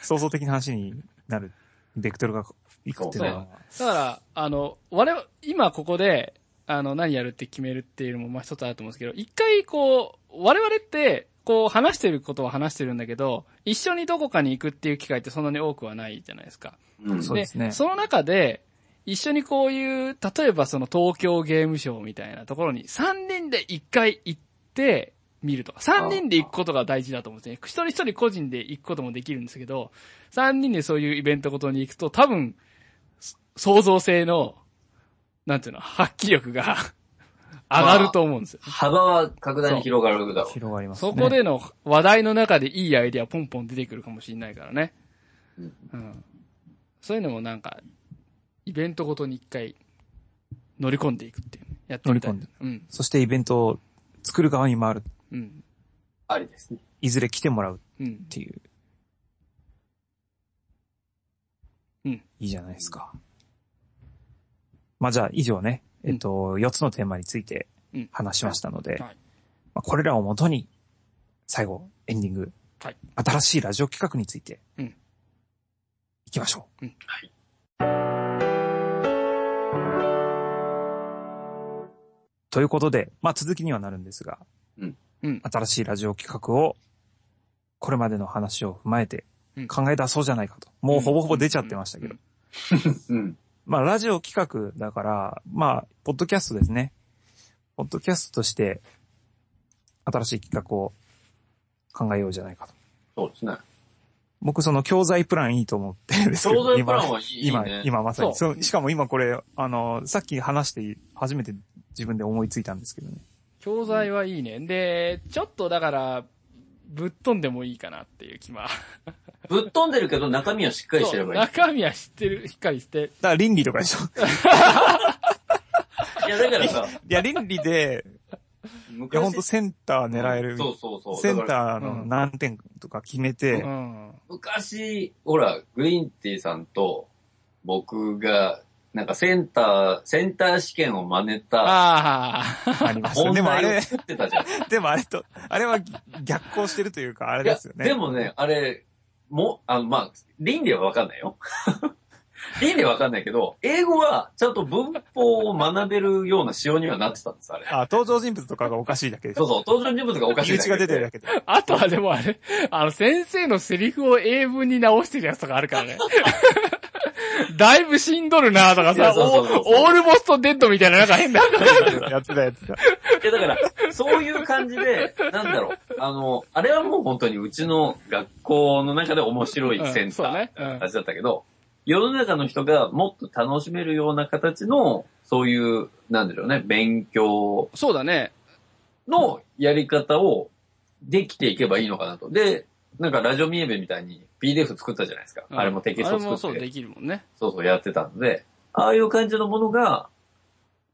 創造的な話になるベクトルがいくっていうのは。だから、あの、我々、今ここで、あの、何やるって決めるっていうのも、まあ、一つあると思うんですけど、一回こう、我々って、こう、話してることは話してるんだけど、一緒にどこかに行くっていう機会ってそんなに多くはないじゃないですか。うん。そうですねその中で、一緒にこういう、例えばその東京ゲームショウみたいなところに、3人で1回行って、見るとか。3人で行くことが大事だと思うんですね。一人一人個人で行くこともできるんですけど、3人でそういうイベントごとに行くと、多分、そ創造性の、なんていうの、発揮力が 上がると思うんですよ。幅は拡大に広がるだろ広がりますね。そこでの話題の中でいいアイディアポンポン出てくるかもしれないからね。う。うんうん。そういうのもなんか、イベントごとに一回乗り込んでいくっていう、ね。やってみたい。乗りうん。そしてイベントを作る側に回る。うん。ありですね。いずれ来てもらううんっ。ていう。うんいいじゃないですか。まあじゃあ以上ね、えっと、4つのテーマについてうん話しましたので、はいまあ、これらをもとに、最後、エンディング、はい新しいラジオ企画について、うんいきましょう。うんはいということで、まあ続きにはなるんですが、うんうん新しいラジオ企画を、これまでの話を踏まえてうん、考え出そうじゃないかと。もうほぼほぼ出ちゃってましたけど。うん。まあ、ラジオ企画だから、まあ、ポッドキャストですね。ポッドキャストとして、新しい企画を考えようじゃないかと。そうですね。僕、その教材プランいいと思ってるんですけど。教材プランはいい今、ね今、。今まさにそその。しかも今これ、あの、さっき話して、初めて自分で思いついたんですけどね。教材はいいね。で、ちょっとだから、ぶっ飛んでもいいかなっていう気は。ぶっ飛んでるけど中身はしっかりしてればいい。中身は知ってる、しっかりしだて。から倫理とかでしょ。いや、だからさ、いや、倫理で、い昔や、ほんとセンター狙える。そうそうそう。センだからターの何点とか決めて、うん。昔、ほら、グリーンティーさんと僕が、なんかセンター、センター試験を真似たああ、ありますよ問でもあ題れを、作ってたじゃん。い でもあれと、あれは逆行してるというか、あれですよね。でもね、あれ、も、あの、まあ、倫理はわかんないよ。 倫理はわかんないけど、英語はちゃんと文法を学べるような仕様にはなってたんです、あれ。あ、登場人物とかがおかしいだけで。そうそう、登場人物がおかし入いり口が出てるだる。けで。あとはでもあれ、あの先生のセリフを英文に直してるやつとかあるから ね。だいぶしんどるなとかいやさ、そうそうそうオーオールボストデッドみたいななんか変な。 やってたやってた。いや、だから、そういう感じで、なんだろう、あの、あれはもう本当にうちの学校の中で面白いセうンんタそうーね。うん形だったけど、世の中の人がもっと楽しめるような形の、そういう、なんでしょうね、勉強そうだね。のやり方をできていけばいいのかなと。で、なんかラジオミエベみたいに PDF 作ったじゃないですか。うんあれもテキスあれもトそ作うっでて、きるもんね。そうそうやってたので、ああいう感じのものが、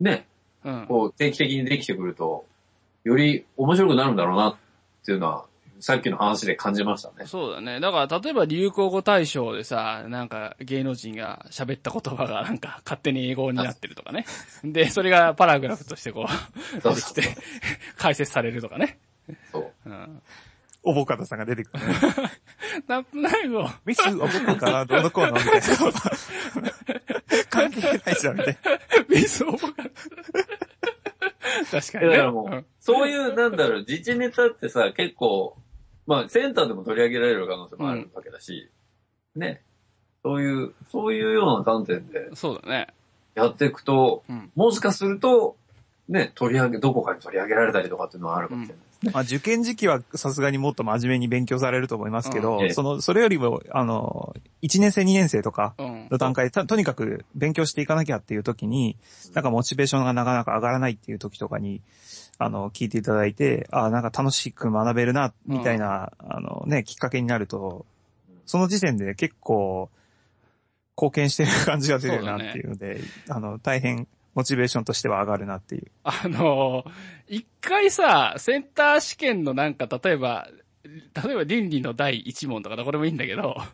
ね、うん。こう定期的にできてくると、より面白くなるんだろうなっていうのは、さっきの話で感じましたね。そうだね。だから、例えば流行語大賞でさ、なんか芸能人が喋った言葉がなんか勝手に英語になってるとか ね。で、それがパラグラフとしてこう、そう出てきて、解説されるとかね。そう。うん。おぼかたさんが出てく るね。なんとなくこうミス、おぼかたどうのこうのみたいな。関係ないじゃん、みたいな。ベースオーバー。 確かに、ね。だからもううんそういう、なんだろう、自治ネタってさ、結構、まあ、センターでも取り上げられる可能性もあるわけだし、ね。そういう、そういうような観点でそうだね。やっていくと、うん。もしかすると、ね、取り上げ、どこかに取り上げられたりとかっていうのはあるかもしれないですね。まあ受験時期はさすがにもっと真面目に勉強されると思いますけど、うんええその、それよりも、あの、1年生、2年生とかうん。の段階で、たとにかく勉強していかなきゃっていう時に、なんかモチベーションがなかなか上がらないっていう時とかに、あの、聞いていただいて、あなんか楽しく学べるな、みたいな、あのね、きっかけになると、その時点で結構、貢献してる感じが出るなっていうので、あの、大変、モチベーションとしては上がるなっていう。あのー一回さ、センター試験のなんか、例えば、例えば倫理の第一問とかだ、これもいいんだけど、も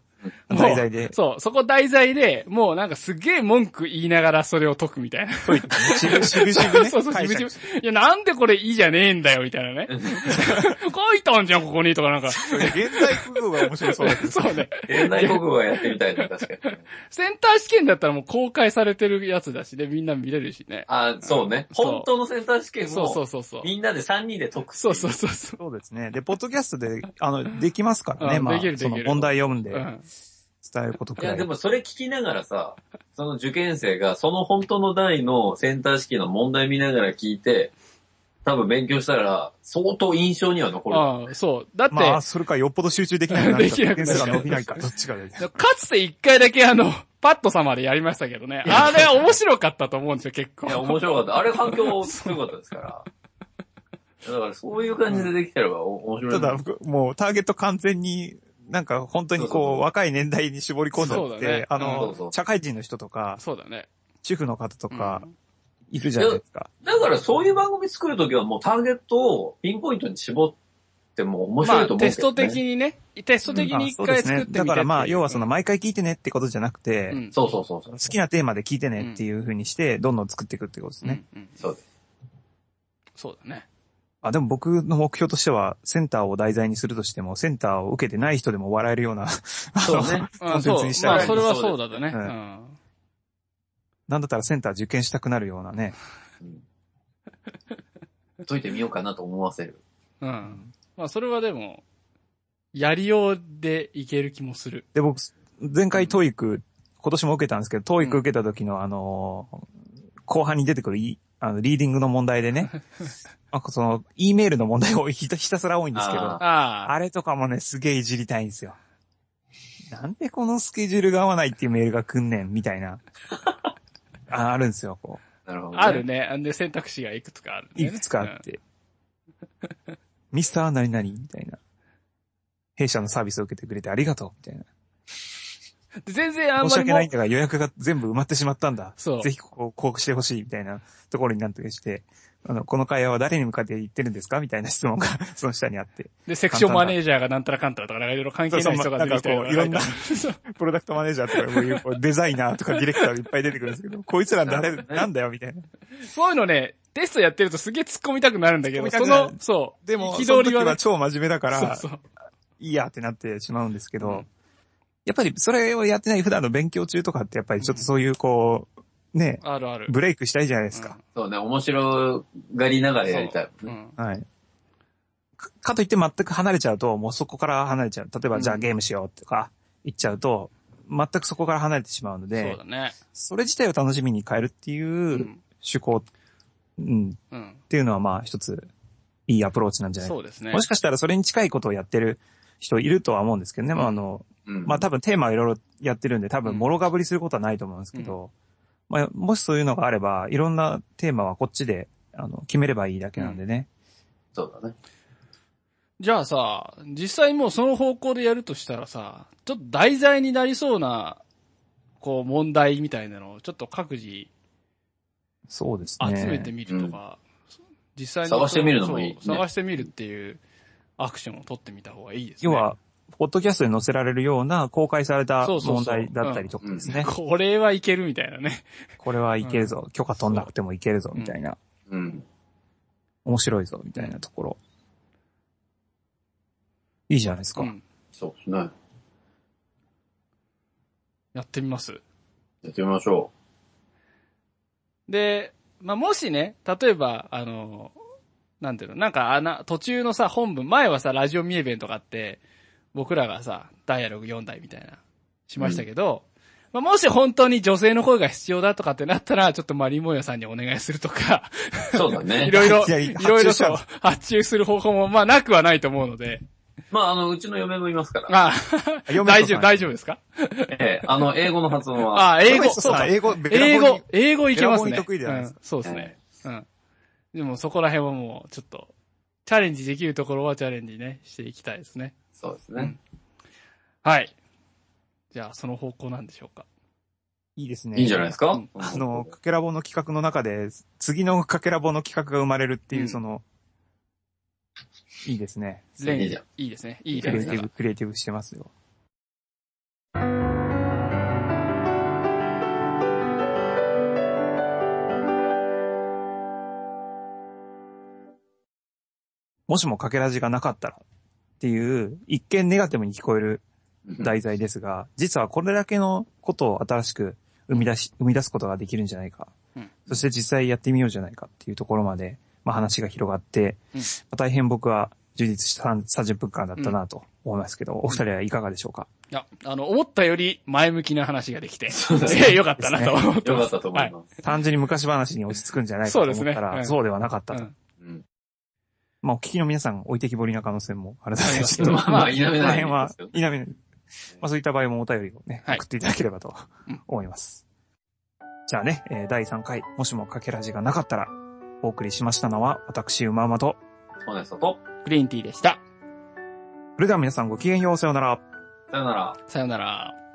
う題材でそう、そこ題材で、もうなんかすげえ文句言いながらそれを解くみたいな。といって、しぶしぶしぶね。 そうそう、解自分釈自分いや、なんでこれいいじゃねえんだよ、みたいなね。 書いたんじゃん、ここに、とかなんか。現代国語が面白そうだけど。そうね。現代国語はやってみたいな、確かに。センター試験だったらもう公開されてるやつだしね、みんな見れるしね。あ、そうね。そう本当のセンター試験そうそうを、そうそう。みんなで3人で解くっていそうそうそうそそうですね。で、ポッドキャストで、あの、できますからね。うんまあできる、できそるの問題読んう。でう伝ん。えることくいらや、い。でもそれ聞きながらさ、その受験生が、その本当の代のセンター試験の問題見ながら聞いて、多分勉強したら、相当印象には残る。ああ、そう。だって、まあ、それかよっぽど集中できなくなっ できちゃなっくなて、っちゃう点数が伸びない か、どっちかで。かつて一回だけあの、 パット様でやりましたけどね。あれは面白かったと思うんですよ、結構。いや、面白かった。あれ環境すごかったで すから。いやだからそういう感じでできてればお面白たい。だ、、僕もうターゲット完全に、なんか本当にそうそうそこう、若い年代に絞り込んそだっうだねて、あうんそうそのう、社会人の人とか、そうだね。主婦の方とかう、いるじゃないですか。だからそういう番組作るときはもうターゲットをピンポイントに絞っても面白まいとあ、思うテけスど、トね。的にね、テスト的あに一そうで回す作っね。てみてだからまあ、要はそのマイ毎回聞いてねってことじゃなくて、うんそうそうそうそう好。きなテーマで聞いてねっていう風にして、どんどん作っていくってことですね。うんうんそうです。そうだね。あ、でも僕の目標としては、センターを題材にするとしても、センターを受けてない人でも笑えるような、あその、 う ね。うコん、ンテンそうツにし。たまらあ、いいそれはそうだね。ううん。なんだったらセンター受験したくなるようなね、解いてみようかなと思わせる。うん。まあそれはでも、やりようでいける気もする。で、僕、前回トーイック、今年も受けたんですけど、トーイック受けた時の、あのー、後半に出てくるいあのリーディングの問題でね、あその、E メールの問題を ひたひたすら多いんですけど、ああああ。れとかもね、すげえいじりたいんですよ。なんでこのスケジュールが合わないっていうメールが来んねん、みたいな。ああるんですよ、こなるほど、ある。ね。で、選択肢がいくつかある、ね。う。いくつかあっうんて。ミスター何々みたいな。弊社のサービスを受けてくれてありがとう、みたいな。で全然あ申んましり訳もないんだが予約が全部埋まってしまったんだ。そうぜひここをこうしてほしいみたいなところになんとかして、あの、この会話は誰に向かって言ってるんですかみたいな質問が その下にあって。で、セクションマネージャーがなんたらかんたらとか、なんかいろいろ関係ない人が出てきたりとそうそうなんかこ書てあるそうプロダクトマネージャーとかこういうこ うデザイナーとかディレクターがいっぱい出てくるんですけど、こいつら誰、なんだよみたいな。そういうのね、テストやってるとすげえ突っ込みたくなるんだけど、突っ込そみたくなるの、そう。でも、そ憤のり時はねは超真面目だから、そうそう。いいやってなってしまうんですけど、うんやっぱりそれをやってない普段の勉強中とかってやっぱりちょっとそういうこう、ね、あるある。ブレイクしたいじゃないですか。そうね、面白がりながらやりたい。うん。うんはい。かかといって全く離れちゃうと、もうそこから離れちゃう。例えうば、んじゃあゲームしようとか言っちゃうと、全くそこから離れてしまうのそうでだ、ね。それ自体を楽しみに変えるってう。いうん趣向、うん、っうん。ていうのはまあ一ついいアプローチなんじゃないかそうですねも。しかしたらそれに近いことをやってる人いるとは思うんですけどね。まああの、うん。まあ多分テーマいろいろやってるんで多う分んもろがぶりすることはないと思うんですけど、まあもしそういうのがあれば、いろんなテーマはこっちであの決めればいいだけなんでね。そうだね。じゃあさ、実際もうその方向でやるとしたらさ、ちょっと題材になりそうな、こう問題みたいなのをちょっと各自そうですね。集めてみるとか、実際に探してみるのもいいねそう探してみるっていうアクションを取ってみた方がいいですね。要は、ポッドキャストに載せられるような公開されたそうそうそう問題だったりとかですね。これはいけるみたいなね。これはいけるぞ。許可取んなくてもいけるぞ、みたいな。うん。面白いぞ、みたいなところ。いいじゃないですか。うん。そうですね。やってみます。やってみましょで、まあ、もしね、例えば、あの、なんていうの、なんかあな、途中のさ、本文、前はさ、ラジオミエベンとかって、僕らがさ、ダイアログ4台みたいな、しましたけど、まあ、もし本当に女性の声が必要だとかってなったら、ちょっとマリモヤさんにお願いするとか、 う。そうだねい。ろいろ、 いやいいやろいろ発注しちそゃうう、発注する方法も、まあ、なくはないと思うので、まあ、あの、うちの嫁もいますから。 ああ嫁大と丈さ夫、ん大丈夫ですかええ、あの、英語の発音は。ああ、英語、嫁とそうさかん英語、ベラボーに英語、英語いけまべらぼすうにね。得意じゃないですうんそうですね。うん。でもそこら辺はもう、ちょっと、チャレンジできるところはチャレンジね、していきたいですね。そうですね。はい。じゃあ、その方向なんでしょうか。いいですね。いいんじゃないですかうんあの、かけらぼの企画の中で、次のかけらぼの企画が生まれるっていうう、んその、いいですね。ういいいじゃんいですね。いいクリエでイすテねィブ、。クリエイティブしてますよ。もしもかけらじがなかったらっていう、一見ネガティブに聞こえる題材ですが、実はこれだけのことを新しく生み出し、生み出すことができるんじゃないか。うんそして実際やってみようじゃないかっていうところまで、まあ話が広がって、うんまあ大変僕は充実した30分間だったなと思いますけど、お二人はいかがでしょうかいや、あの、思ったより前向きな話ができて、そうですええよかったなと思ってよまかっす。たと思います。単純に昔話に落ち着くんじゃないかと思ったら、そうですねはいそうではなかったと。うんうん。まあお聞きの皆さん、置いてきぼりな可能性もあると思いますけうど、んままああ、まあ、否めなこい。の辺は、否めない。まあそういった場合もお便りをね、はい送っていただければとうん思います。じゃあね、えー第3回、もしもかけらじがなかったら、お送りしましたのは、私、うまうまと。そうです。と、グリーンティーでした。それでは皆さんごきげんよう、さようなら。さよなら。さよなら。